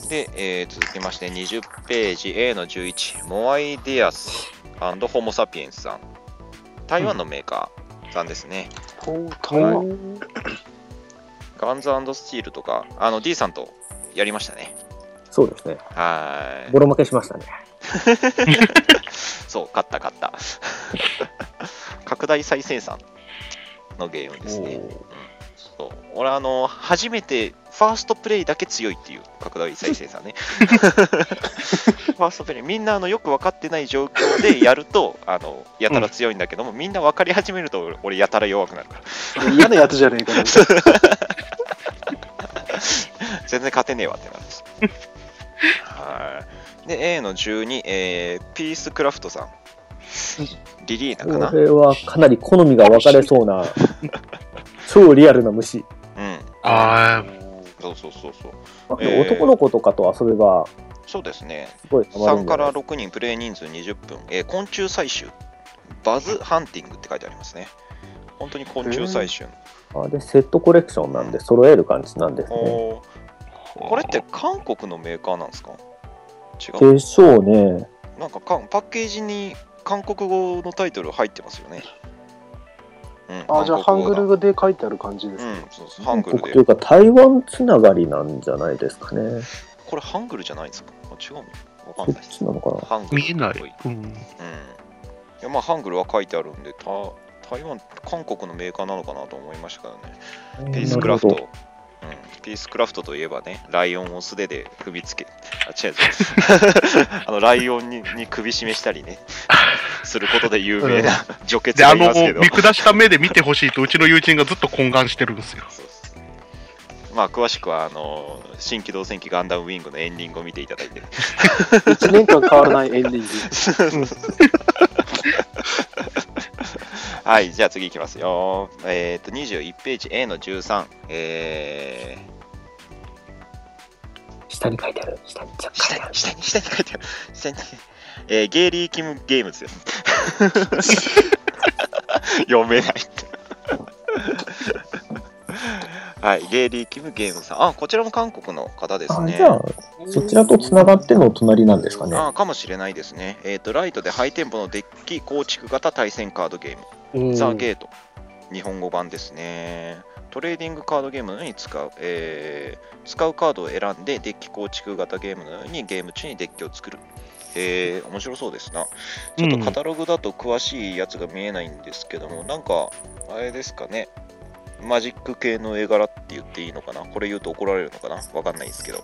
Speaker 1: い。で、えー続きまして20ページ A の11、モアイディアスホモ・サピエンスさん。台湾のメーカーさんですね。
Speaker 5: は
Speaker 1: ガンズスチールとか、あの D さんとやりましたね。
Speaker 4: そうですね。
Speaker 1: はい。
Speaker 4: ボロ負けしましたね。
Speaker 1: そう、勝った勝った。 拡大再生産のゲームですね。そう俺、あの、初めて、ファーストプレイだけ強いっていう、拡大再生 産ね。ファーストプレイ、みんなあのよく分かってない状況でやると、あのやたら強いんだけども、みんな分かり始めると、俺俺、やたら弱くなるか
Speaker 2: 嫌なやつじゃねえかなみたいな。
Speaker 1: ら、全然勝てねえわってなるん です。はい。で、A の12、えーピースクラフトさん。リリーナかな
Speaker 4: これはかなり好みが分かれそうな、超リアルな虫。
Speaker 1: うん。
Speaker 3: あ
Speaker 1: そうそうそうそう。
Speaker 4: まあ
Speaker 1: えー
Speaker 4: 男の子とかと遊べば、
Speaker 1: そうですね。
Speaker 4: すごいハマる
Speaker 1: 3
Speaker 4: んじゃ
Speaker 1: か
Speaker 4: な
Speaker 1: ら
Speaker 4: いで
Speaker 1: 6人、プレイ人数20分、えー昆虫採集、バズハンティングって書いてありますね。本当に昆虫採集。
Speaker 4: すかあで、セットコレクションなんで、揃える感じなんですね。
Speaker 1: おーこれって韓国のメーカーなんですか違う。
Speaker 4: でしょうね。
Speaker 1: なんかかんパッケージに韓国語のタイトル入ってますよね。うん
Speaker 2: あ、じゃあ、ハングルで書いてある感じで
Speaker 1: う
Speaker 2: すね。
Speaker 1: ん、そうそうハング
Speaker 4: 国
Speaker 1: ル
Speaker 4: と
Speaker 1: で
Speaker 4: いうか台湾つながりなんじゃないですかね。
Speaker 1: これハングルじゃないんですかあ違うのわか
Speaker 4: こ
Speaker 1: んない
Speaker 4: っ
Speaker 1: で
Speaker 4: ち
Speaker 1: す
Speaker 4: なのかな。
Speaker 1: ハングル
Speaker 3: 見えな
Speaker 1: っぽ
Speaker 3: い。うん。
Speaker 1: うんいやまあ、ハングルは書いてあるんで、た台湾、韓国のメーカーなのかなと思いましたけどね。ピースクラフト、
Speaker 4: な
Speaker 1: う
Speaker 4: る
Speaker 1: ん、ピースクラフトといえばね、ライオンを素手で首つけ、あ、違う違う あのライオンにに首締めしたりね、することで有名な除血
Speaker 3: で、
Speaker 1: が
Speaker 3: あ
Speaker 1: い
Speaker 3: の
Speaker 1: ますけ、ど。
Speaker 3: 見下した目で見てほしいと、うちの友人がずっと懇願してるんですよ。
Speaker 1: そうですねまあ、詳しくはあの新機動戦記ガンダムウィングのエンディングを見ていただいて、
Speaker 2: 1年間変わらないエンディング。
Speaker 1: はい、じゃあ次いきますよ。えっ、と、21ページ A の13。え
Speaker 4: 下に書いてある。下にちゃ
Speaker 1: ー、下に、下に、下に書いてある。下に。えー、ゲイリー・キム・ゲームズです。 読めないって。はい、ゲイリー・キム・ゲームズさん。あ、こちらも韓国の方です
Speaker 4: あ
Speaker 1: ね。
Speaker 4: じゃあそちらとつながっての隣なんですかね。
Speaker 1: あかもしれないですね。えっ、と、ライトでハイテンポのデッキ構築型対戦カードゲーム。
Speaker 2: うん
Speaker 1: ザ・ゲート、日本語版ですね。トレーディングカードゲームのように使う、えー使うカードを選んでデッキ構築型ゲームのようにゲーム中にデッキを作る。えー、面白そうですな。ちょっとカタログだと詳しいやつが見えないんですけども、なんか、あれですかね。マジック系の絵柄って言っていいのかなこれ言うと怒られるのかなわかんないですけど。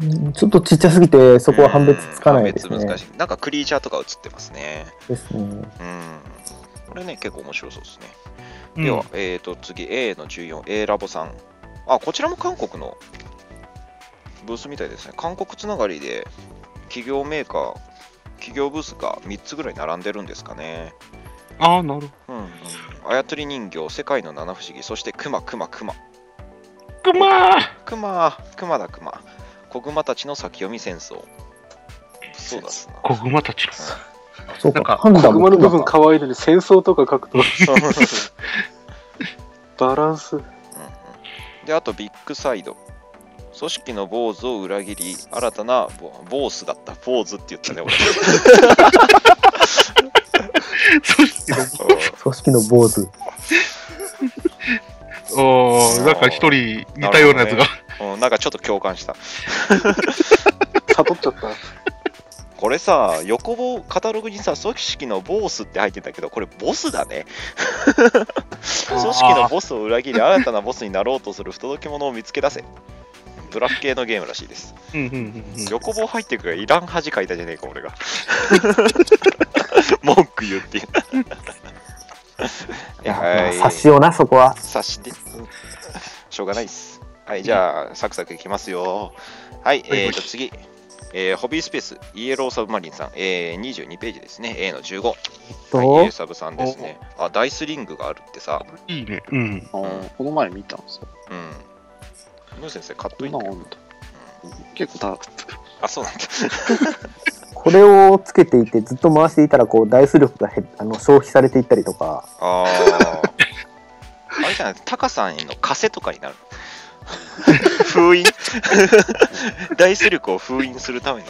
Speaker 4: うんちょっとちっちゃすぎてそこは判別つかないです
Speaker 1: うん判別
Speaker 4: ね
Speaker 1: 難。しい。なんかクリーチャーとか映ってますね。
Speaker 4: ですね。
Speaker 1: うん。これね、結構面白そうですね。
Speaker 3: うん
Speaker 1: では、えー、と次 A の 14A ラボさんあこちらも韓国のブースみたいですね韓国つながりで企業メーカー企業ブースが3つぐらい並んでるんですかね
Speaker 3: ああ、なるほ
Speaker 1: うん、うん、あやとり人形世界の七不思議そしてクマクマクマ
Speaker 3: ど。くまー
Speaker 1: クマクマだクマ子グマたちの先読み戦争そうだっ すな
Speaker 3: 子グマたちの。
Speaker 4: そう
Speaker 3: なん
Speaker 4: か。
Speaker 3: か
Speaker 4: 判断
Speaker 2: 国語
Speaker 4: も
Speaker 2: の部分可愛いのに戦争とか書くと
Speaker 1: そう
Speaker 2: バランス。
Speaker 1: うんであとビッグサイド組織の坊主を裏切り新たなボボースだった坊主って言ったね俺
Speaker 3: そうですよ
Speaker 4: 組織の坊主。
Speaker 3: おーなんか一人似たようなやつが。
Speaker 1: うんなんかちょっと共感した
Speaker 2: 悟っちゃった。
Speaker 1: これさ横棒カタログにさ組織のボースって入ってんだけどこれボスだね組織のボスを裏切り新たなボスになろうとする不届き者を見つけ出せブラック系のゲームらしいです
Speaker 3: うんうんうんうん
Speaker 1: 横棒入ってくがいらん恥かいたじゃねえか俺が文句言っていや
Speaker 4: まあ
Speaker 1: はい
Speaker 4: 察しようなそこは。
Speaker 1: 察してうんしょうがないっすはいじゃあサクサクいきますよはい
Speaker 3: はい
Speaker 1: えーと次えーホビースペースイエローサブマリンさん、えー、22ページですね A の15はい
Speaker 4: と
Speaker 1: イエローサブさんですねあダイスリングがあるってさ
Speaker 3: いいね。うん。
Speaker 5: あーこの前見たんですよ。
Speaker 1: うんムー先生買っと
Speaker 5: ど
Speaker 1: い
Speaker 5: ん
Speaker 1: て
Speaker 5: なのあんの結構高くつく。
Speaker 1: あそうなんだ
Speaker 4: これをつけていてずっと回していたらこう台数力が減っあの消費されていったりとか
Speaker 1: あ ーあれじゃないタカさんへの枷とかにな る封印大出力を封印するための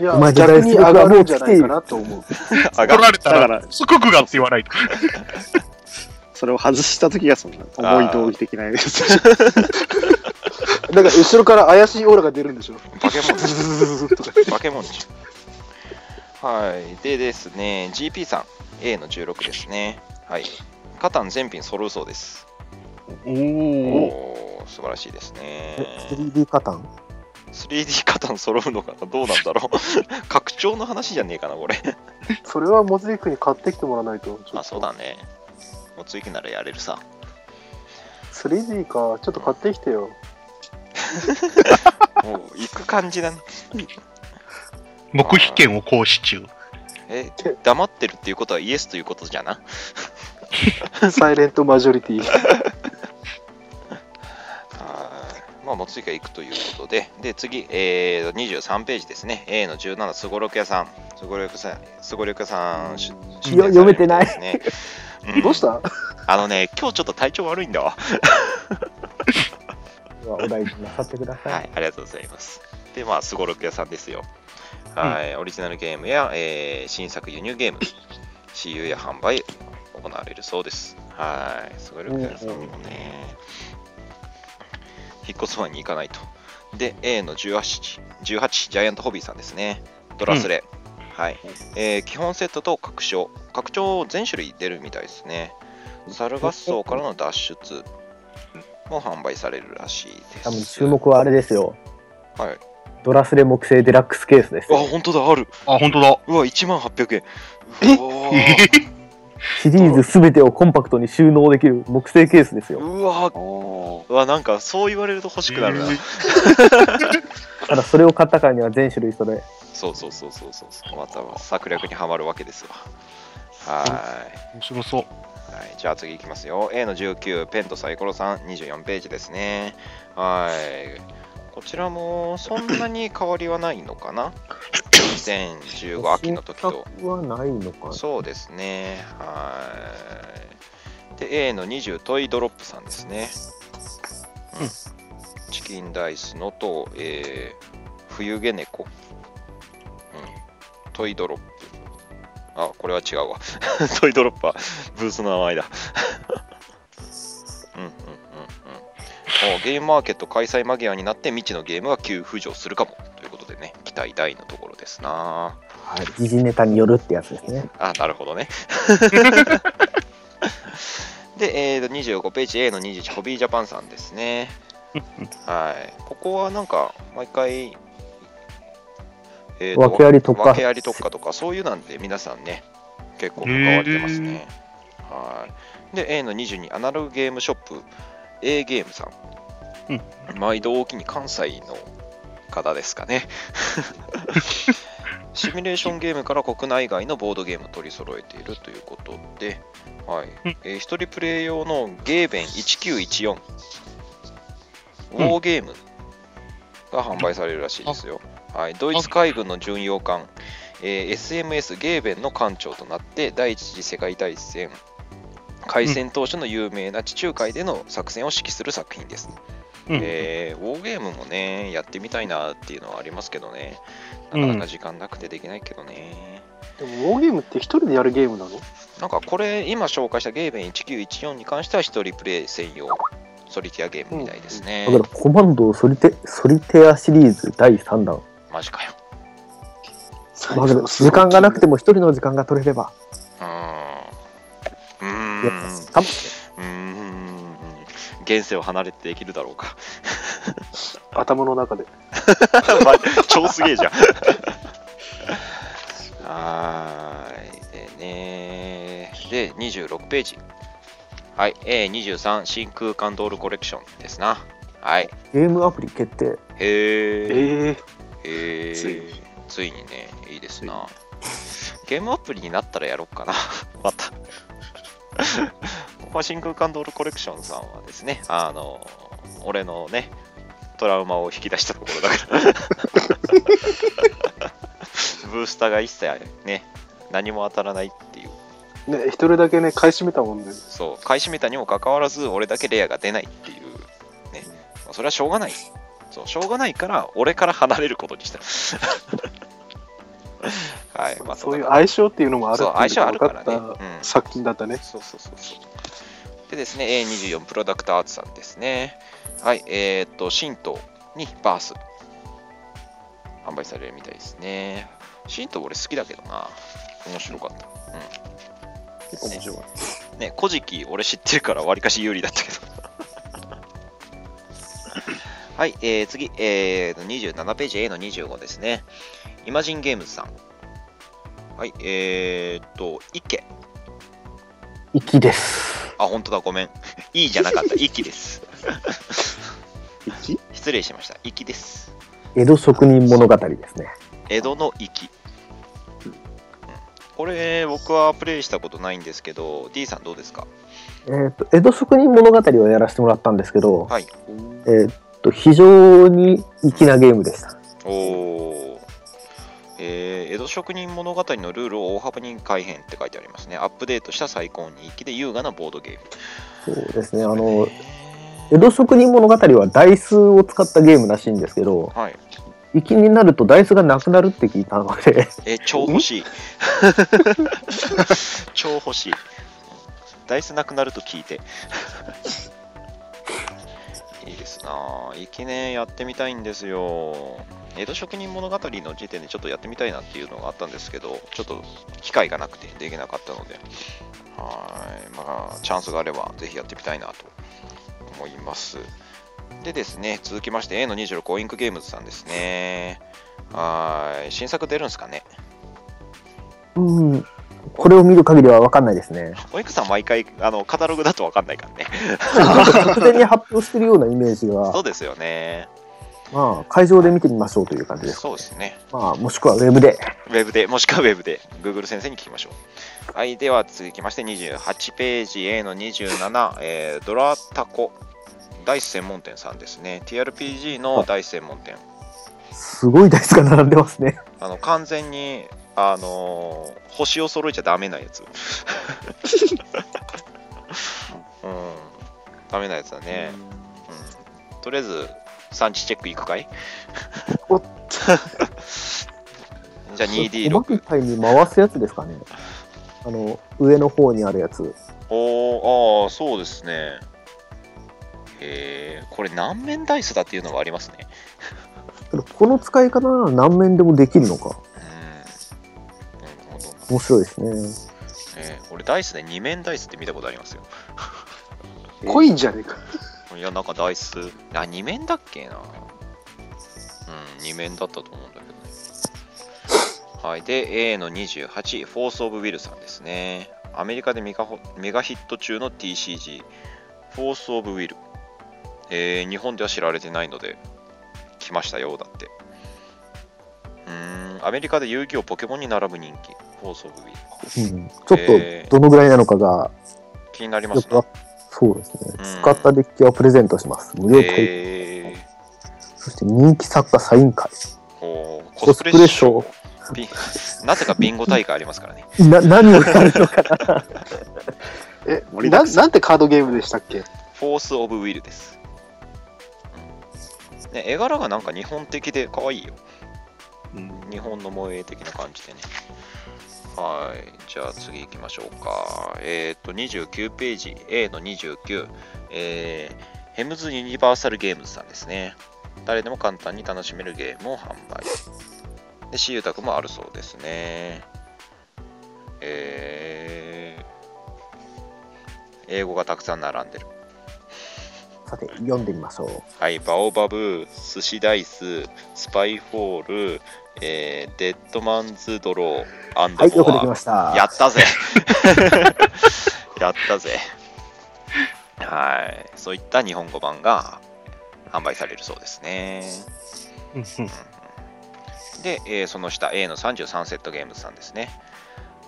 Speaker 2: いや
Speaker 4: まあ
Speaker 2: 逆に上がるんじゃないかなと思う。
Speaker 1: あ
Speaker 3: 取
Speaker 1: が
Speaker 3: られた、
Speaker 5: だからら、
Speaker 3: すごくがって言わないと。
Speaker 5: それを外した時がそんな重い道義的なやつ。
Speaker 2: だから後ろから怪しいオーラが出るんでしょ。
Speaker 1: 化け物
Speaker 2: ズズズズズとか。
Speaker 1: 化け物じゃん。はい。でですね、GP さん、A の16ですね。はい。カタン全品揃うそうです。
Speaker 3: お
Speaker 1: お
Speaker 3: お。
Speaker 1: おー、素晴らしいですね。
Speaker 4: 3D カタン
Speaker 1: 3D カタン揃うのかなどうなんだろう 拡張の話じゃねえかな、これ。
Speaker 2: それはモズイクに買ってきてもらわないと。
Speaker 1: あ、そうだね。もうついきならやれるさ。
Speaker 2: 3D か。ちょっと買ってきてよ。
Speaker 1: もう行く感じだね。
Speaker 3: 黙秘権を行使中。
Speaker 1: え、黙ってるっていうことはイエスということじゃな。
Speaker 2: サイレントマジョリティ。
Speaker 1: はいまあ、もついが行くということで、で、次、えー、23ページですね。A の17、すごろく屋さん。すごろくさん、すごろく屋さん、し出店
Speaker 4: よ読めてない
Speaker 1: されるみたいですねん
Speaker 2: どうした
Speaker 1: あのね、今日ちょっと体調悪いんだわ。
Speaker 4: はお題になさってください、
Speaker 1: はい、ありがとうございます。で、まあ、すごろく屋さんですよ。はい、オリジナルゲームや、えー新作輸入ゲーム、CU や販売行われるそうです。はい、それくらいですかもね。引っ越すファンに行かないと。で、A の18、18ジャイアントホビーさんですね。ドラスレ。はい、えー基本セットと拡張。拡張全種類出るみたいですね。サルガッソーからの脱出も販売されるらしいです。
Speaker 4: 多分注目はあれですよ。
Speaker 1: はい。
Speaker 4: ドラスレ木製デラックスケースです
Speaker 1: あ、。本当だ、ある。
Speaker 3: あ、本当だ。
Speaker 1: うわ、1万800円。うわー
Speaker 4: シリーズすべてをコンパクトに収納できる木製ケースですよ。
Speaker 1: うわー
Speaker 5: お
Speaker 1: うわなんかそう言われると欲しくなるな。
Speaker 3: えー
Speaker 4: ただそれを買ったからには全種類それ。
Speaker 1: そうそうそうそうそうそう。また策略にはまるわけですわ。はーい。
Speaker 3: 面白そう。
Speaker 1: はい、じゃあ次いきますよ。A の19、ペンとサイコロさん、24ページですね。はい。こちらもそんなに変わりはないのか な ?2015 秋の時と。
Speaker 4: 新作はないのかな。
Speaker 1: そうですね。はい。で、A の20、トイドロップさんですね。うんチキンダイスのと、えー、冬毛猫。うん。トイドロップ。あ、これは違うわ。 トイドロップはブースの名前だ。 うんうんうんうん。おゲームマーケット開催間際になって未知のゲームが急浮上するかもということでね、期待大のところですな。
Speaker 4: はい。時事ネタによるってやつですね。
Speaker 1: あ、なるほど ね。で、えーと、25ページ A の21、ホビージャパンさんですね。はい。ここはなんか、毎回、えーと
Speaker 4: 訳あり特化
Speaker 1: 訳あり特化とか、そういうなんで皆さんね、結構関わってますね。はい。で、A の22、アナログゲームショップ、A ゲームさん。毎度大きに関西の方ですかね。シミュレーションゲームから国内外のボードゲームを取り揃えているということで、はいえー一人プレイ用のゲーベン1914、ウォーゲームが販売されるらしいですよ。はい、ドイツ海軍の巡洋艦、えー SMS ゲーベンの艦長となって、第一次世界大戦、開戦当初の有名な地中海での作戦を指揮する作品です。
Speaker 3: うん
Speaker 1: えーウォーゲームもね、やってみたいなっていうのはありますけどね。なかなか時間なくてできないけどね。
Speaker 2: でも、ウォーゲームって一人でやるゲームなの
Speaker 1: なんかこれ、今紹介したゲーベン1914に関しては一人プレイ専用ソリティアゲームみたいですね
Speaker 4: だか。らコマンドソリテソリテアシリーズ第3弾。
Speaker 1: マジかよ。
Speaker 4: まあけど時間がなくても一人の時間が取れれば。
Speaker 1: うーん。う
Speaker 4: いや
Speaker 1: ーん。
Speaker 4: 多分
Speaker 1: うーん現世を離れてできるだろうか
Speaker 2: 頭の中で。
Speaker 1: ま 超すげえじゃんはーいでねで26ページはい A23 真空管ドールコレクションですなはい
Speaker 4: ゲームアプリ決定。
Speaker 1: へー
Speaker 2: ええ
Speaker 1: へー
Speaker 5: ついに
Speaker 1: ついにねいいですなゲームアプリになったらやろうかな またここは真空管ドールコレクションさんはですねあの俺のねトラウマを引き出したところだ からブースターが一切ね何も当たらないっていう
Speaker 2: ね、一人だけね、買い占めたもんで。
Speaker 1: そう買い占めたにもかかわらず俺だけレアが出ないっていうねまあそれはしょうがないそうしょうがないから俺から離れることにした はいまあ
Speaker 2: そういう
Speaker 1: だね
Speaker 2: 相性っていうのもある
Speaker 1: そう相性あるからね、
Speaker 2: 分か
Speaker 1: う
Speaker 2: っ
Speaker 1: ん
Speaker 2: た作品だったね。
Speaker 1: そうそうそうそう。でですね、A24 プロダクトアーツさんですね。はい、えーっと、神道にバース。販売されるみたいですね。神道俺好きだけどな。面白かった。
Speaker 5: 結構面白かっ
Speaker 1: ね、古事記俺知ってるからわりかし有利だったけど。 はい、えー、次、えー、27ページ A の25ですね。イマジンゲームズさん。はい、えー、っと、池。
Speaker 4: 息です。
Speaker 1: あ、本当だ、ごめん。 いいじゃなか った、息です。
Speaker 5: た。一
Speaker 1: 失礼しました。粋です。
Speaker 4: 江戸職人物語ですね。
Speaker 1: 江戸の粋。うんこれ、僕はプレイしたことないんですけど、D さんどうですか
Speaker 4: えっ、と、江戸職人物語をやらせてもらったんですけど、
Speaker 1: はい。
Speaker 4: えっ、と、非常に粋なゲームでした。
Speaker 1: おー。えー江戸職人物語のルールを大幅に改変って書いてありますね。アップデートした最高に粋で優雅なボードゲーム。
Speaker 4: そうですね、あの、江戸職人物語はダイスを使ったゲームらしいんですけど、
Speaker 1: はい。
Speaker 4: 粋になるとダイスがなくなるって聞いたの で、
Speaker 1: えー超欲しい。超欲しい。ダイスなくなると聞いて。いいですなあ駅ねやってみたいんですよ。江戸職人物語の時点でちょっとやってみたいなっていうのがあったんですけど、ちょっと機会がなくてできなかったので、はい、まあ、チャンスがあればぜひやってみたいなと思います。でですね、続きまして A の26インクゲームズさんですね。はい、新作出るんですかね。
Speaker 4: うん。これを見る限りは分かんないですね。
Speaker 1: おいくさん毎回、あの、カタログだとわかんないからね。
Speaker 4: なんか勝手に発表してるようなイメージ
Speaker 1: そう
Speaker 4: が、
Speaker 1: ですよね。
Speaker 4: まあ、会場で見てみましょうという感じです。
Speaker 1: そうですね。
Speaker 4: まあ、もしくはウェブで。
Speaker 1: ウェブで、もしくはウェブで、Google 先生に聞きましょう。はい、では続きまして28ページ A の27、えードラタコ、ダイス専門店さんですね。TRPG のダイス専門店。
Speaker 4: すごいダイスが並んでますね。
Speaker 1: あの、完全に、あのー星を揃えちゃダメなや つ。うん、ダメなやつだね。うん、とりあえず、産地チェック行くかい
Speaker 2: おっ
Speaker 1: じゃあ 2D6
Speaker 4: おまけパイに回すやつですかね。あの、上の方にあるやつ。
Speaker 1: おーああそうですねへえこれ何面ダイスだっていうのがありますね
Speaker 4: けどこの使い方なら何面でもできるのか。
Speaker 1: うんなるほど
Speaker 4: 面白いですね。
Speaker 1: えー俺ダイスで2面ダイスって見たことありますよ
Speaker 2: 濃いんじゃねえか。
Speaker 1: いやなんかダイスあ2面だっけなうん2面だったと思うんだけ どねはいで A の28フォース・オブ・ウィルさんですねアメリカでメガホメガヒット中の TCG フォース・オブ・ウィルえー日本では知られてないので来ましたよだってうーんアメリカで遊戯王ポケモンに並ぶ人気フォース・オブ・ウィル
Speaker 4: うん、ちょっ
Speaker 1: えー
Speaker 4: とどのぐらいなのかが、
Speaker 1: 気になり
Speaker 4: よ
Speaker 1: ます
Speaker 4: く
Speaker 1: ね
Speaker 4: わそうですね、
Speaker 1: うん
Speaker 4: 使ったデッキはプレゼントします。無料配布
Speaker 1: えー
Speaker 4: そして人気作家サイン会、
Speaker 1: おー
Speaker 4: コスプレショ
Speaker 1: ビなぜかビンゴ大会ありますからね。
Speaker 4: ー、な何をやる のか、
Speaker 2: え、ななんてカードゲームでしたっけ
Speaker 1: フォース・オブ・ウィルです。うんね、絵柄がなんか日本的で可愛いよ。日本の萌え的な感じでね。はい。じゃあ次行きましょうか。えっ、と、29ページ A の29。えーヘムズ・ユニバーサル・ゲームズさんですね。誰でも簡単に楽しめるゲームを販売。で、私有宅もあるそうですね。えー英語がたくさん並んでる。
Speaker 4: さて、読んでみましょう。
Speaker 1: はい、バオバブ、寿司ダイス、スパイフォール、えーデッドマンズドロー、アンド
Speaker 4: はい、よくでき
Speaker 1: モ
Speaker 4: ました
Speaker 1: ア。やったぜ やったぜはい、そういった日本語版が販売されるそうですね。
Speaker 3: うんうん
Speaker 1: で、えーその下 A の33セットゲームズさんですね。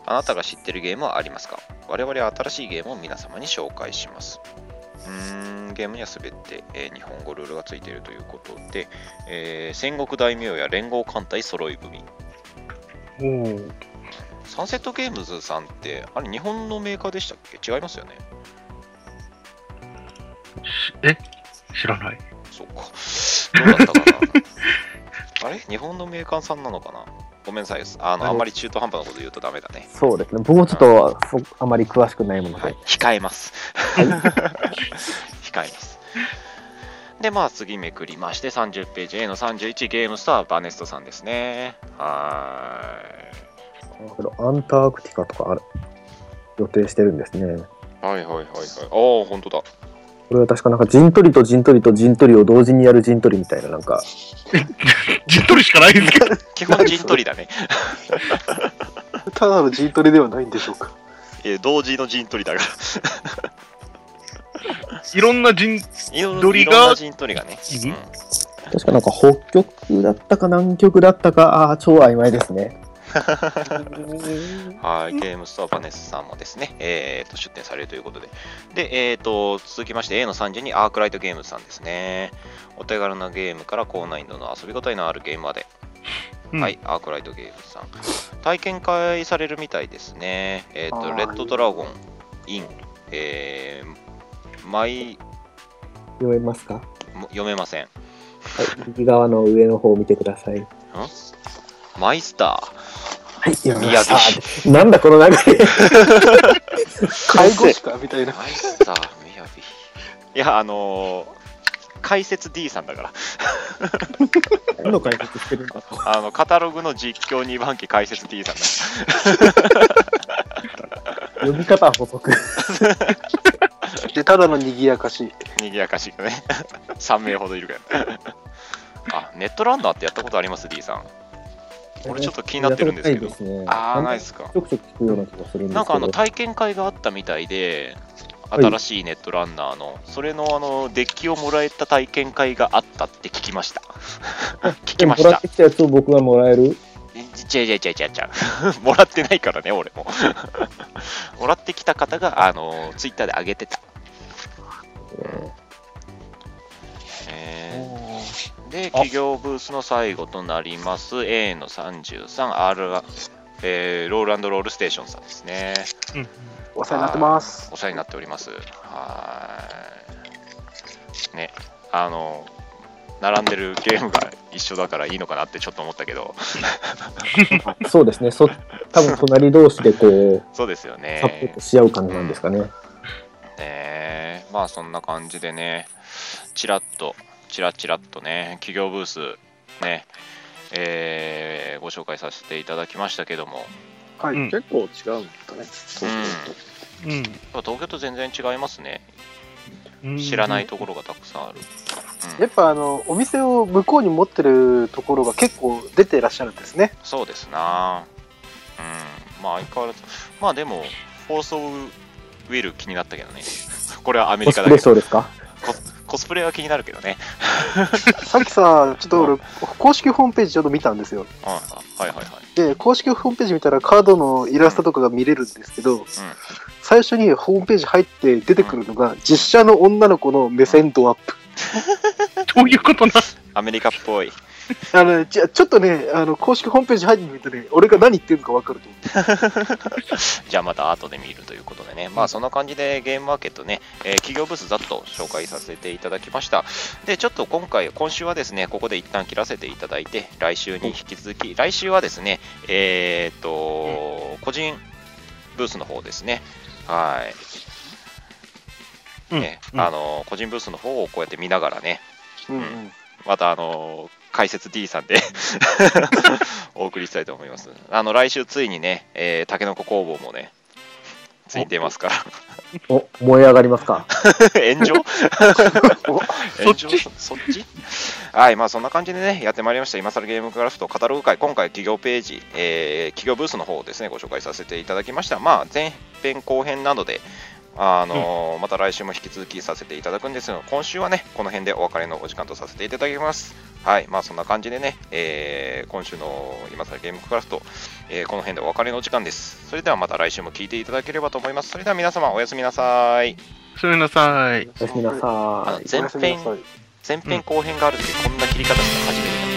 Speaker 1: あなたが知ってるゲームはありますか我々は新しいゲームを皆様に紹介します。うーんゲームには全て、えー日本語ルールがついているということで、えー戦国大名や連合艦隊揃い踏み。
Speaker 3: おー
Speaker 1: サンセットゲームズさんって、あれ日本のメーカーでしたっけ違いますよね。
Speaker 3: しえ知らない。
Speaker 1: そうか。どうだったか なあれ日本のメーカーさんなのかなごめんなさい。あの、あんまり中途半端なこと言うとダメだね。
Speaker 4: そうですね、僕もちょっとそあまり詳しくないもので、
Speaker 1: はい、控えます。 控えます。で、まあ次めくりまして、30ページ A の31ゲームスター、バネストさんですね。は
Speaker 4: だけどアンタークティカとかある予定してるんですね。
Speaker 1: ーい。はいはいはいはい。ああ、本当だ。
Speaker 4: これは確かなんか陣取りと陣取りと陣取りを同時にやる陣取りみたいな、なんか、
Speaker 3: じっとりしかないんですけ ど。
Speaker 1: 基本陣取りだね。
Speaker 2: ただの陣取りではないんでしょうか。
Speaker 1: え同時の陣取りだか
Speaker 3: いろんな人、
Speaker 1: ら。いろ
Speaker 3: 取りが
Speaker 1: いろんな陣取りがね。
Speaker 3: うん
Speaker 1: うん
Speaker 4: 確かなんか北極だったか南極だったか、あー超曖昧ですね。
Speaker 1: はい、ゲームストアバネスさんもですね、えー、と出展されるということで。で、えー、と続きまして A の30にアークライトゲームズさんですね。お手軽なゲームから高難易度の遊び応えのあるゲームまで。
Speaker 3: うん
Speaker 1: はい、アークライトゲームズさん。体験会されるみたいですね。えー、
Speaker 2: あ
Speaker 1: と
Speaker 2: ー
Speaker 1: レッドドラゴン、イン、えー、マイ、
Speaker 4: 読めますか
Speaker 1: も読めません。ん
Speaker 4: はい、右側の上の方を見てください。
Speaker 1: マイスター。
Speaker 4: はい、読
Speaker 1: 宮
Speaker 4: ま
Speaker 1: 崎
Speaker 4: した。なんだこの流れ。
Speaker 2: 介護士かみたい な。
Speaker 1: マイスター、みやび。 いや、あのー解説 D さんだから
Speaker 4: 何の解説してるんだと。
Speaker 1: あのカタログの実況2番機解説 D さんだ
Speaker 4: 読み方補足。
Speaker 2: で、ただの賑やかしい。
Speaker 1: 賑やかしくね 3名ほどいるからあネットランナーってやったことあります D さん俺ちょっと気になってるんですけど
Speaker 4: やったことないですね
Speaker 1: ああない
Speaker 4: ん
Speaker 1: ですか
Speaker 4: かちょくちょく聞くような気がするんですけど。
Speaker 1: なんかあの体験会があったみたいで
Speaker 4: はい
Speaker 1: 新しいネットランナーの、それのあのデッキをもらえた体験会があったって聞きました聞きまし
Speaker 4: も
Speaker 1: た
Speaker 4: らってきたやつを僕がもらえる
Speaker 1: ちゃいちゃいちゃいちゃい ちゃうもらってないからね俺も もらってきた方があのツイッターで上げてたえーで企業ブースの最後となります A の 33R、えーロールロールステーションさんですね
Speaker 3: うん
Speaker 2: お世話になってます。
Speaker 1: お世話になっておりますはーいねあの並んでるゲームが一緒だからいいのかなってちょっと思ったけど
Speaker 4: そうですね。そ多分隣同士 でこう、
Speaker 1: そうですよね
Speaker 4: サポートし合う感じなんですかね。
Speaker 1: ねえまあそんな感じでねチラッとチラチラッとね企業ブースねえーご紹介させていただきましたけども、
Speaker 2: はい。
Speaker 3: うん
Speaker 5: 結構違うんだね。そうそう
Speaker 3: うん
Speaker 1: やっぱ東京と全然違いますね
Speaker 3: うん
Speaker 1: 知らないところがたくさんある、う
Speaker 2: や
Speaker 1: ん
Speaker 2: っ、ぱあの、お店を向こうに持ってるところが結構出てらっしゃるん ですね。
Speaker 1: そうですなうんまあ相変わらずまあでもフォース・オブ・ウィル気になったけどねこれはアメ
Speaker 4: コ
Speaker 1: リ
Speaker 4: ス
Speaker 1: カ
Speaker 4: プ
Speaker 1: だけ
Speaker 4: レ
Speaker 1: ど
Speaker 4: ショーですか
Speaker 1: コスプレは気になるけどね、
Speaker 2: さっきさ、ちょっと俺、公式ホームページちょっと見たんですよ。
Speaker 1: うん、はいはいはい
Speaker 2: で、公式ホームページ見たらカードのイラストとかが見れるんですけど、最初にホームページ入って出てくるのが、実写の女の子の目線度アップ。
Speaker 3: どういうことな
Speaker 1: アメリカっぽい
Speaker 2: あの、じゃちょっとね、あの、公式ホームページ入ってみるとね、俺が何言ってるのか分かると思う。
Speaker 1: じゃあまた後で見るということでね、まあそんな感じでゲームマーケットね、えー企業ブースざっと紹介させていただきました。で、ちょっと今回、今週はですね、ここで一旦切らせていただいて、来週に引き続き、来週はですね、えーっと、個人ブースの方ですね、はい。
Speaker 3: うん
Speaker 1: ね
Speaker 3: うん
Speaker 1: あの個人ブースの方をこうやって見ながらね、
Speaker 2: うん
Speaker 1: うんまたあの解説 D さんで お送りしたいと思います。あの来週ついにね、えー、タケノコ工房もね、ついていますから。
Speaker 4: お、燃え上がりますか
Speaker 1: 炎 上炎上
Speaker 3: そっち
Speaker 1: そっちはい、まあそんな感じでね、やってまいりました。今更ゲームクラフトカタログ会、今回企業ページ、えー企業ブースの方をですね、ご紹介させていただきました。まあ前編後編などで、あのーまた来週も引き続きさせていただくんですが、今週はね、この辺でお別れのお時間とさせていただきます。はい、まあそんな感じでね、えー今週の今更ゲームクラフト、えーこの辺でお別れのお時間です。それではまた来週も聞いていただければと思います。それでは皆様おやすみなさい。
Speaker 3: すみなさい
Speaker 4: おやすみなさ
Speaker 1: あ
Speaker 4: い。
Speaker 1: 前
Speaker 2: おやすみな
Speaker 1: 編
Speaker 2: さい
Speaker 1: 前編後編があるってこんな切り方しか初めてだ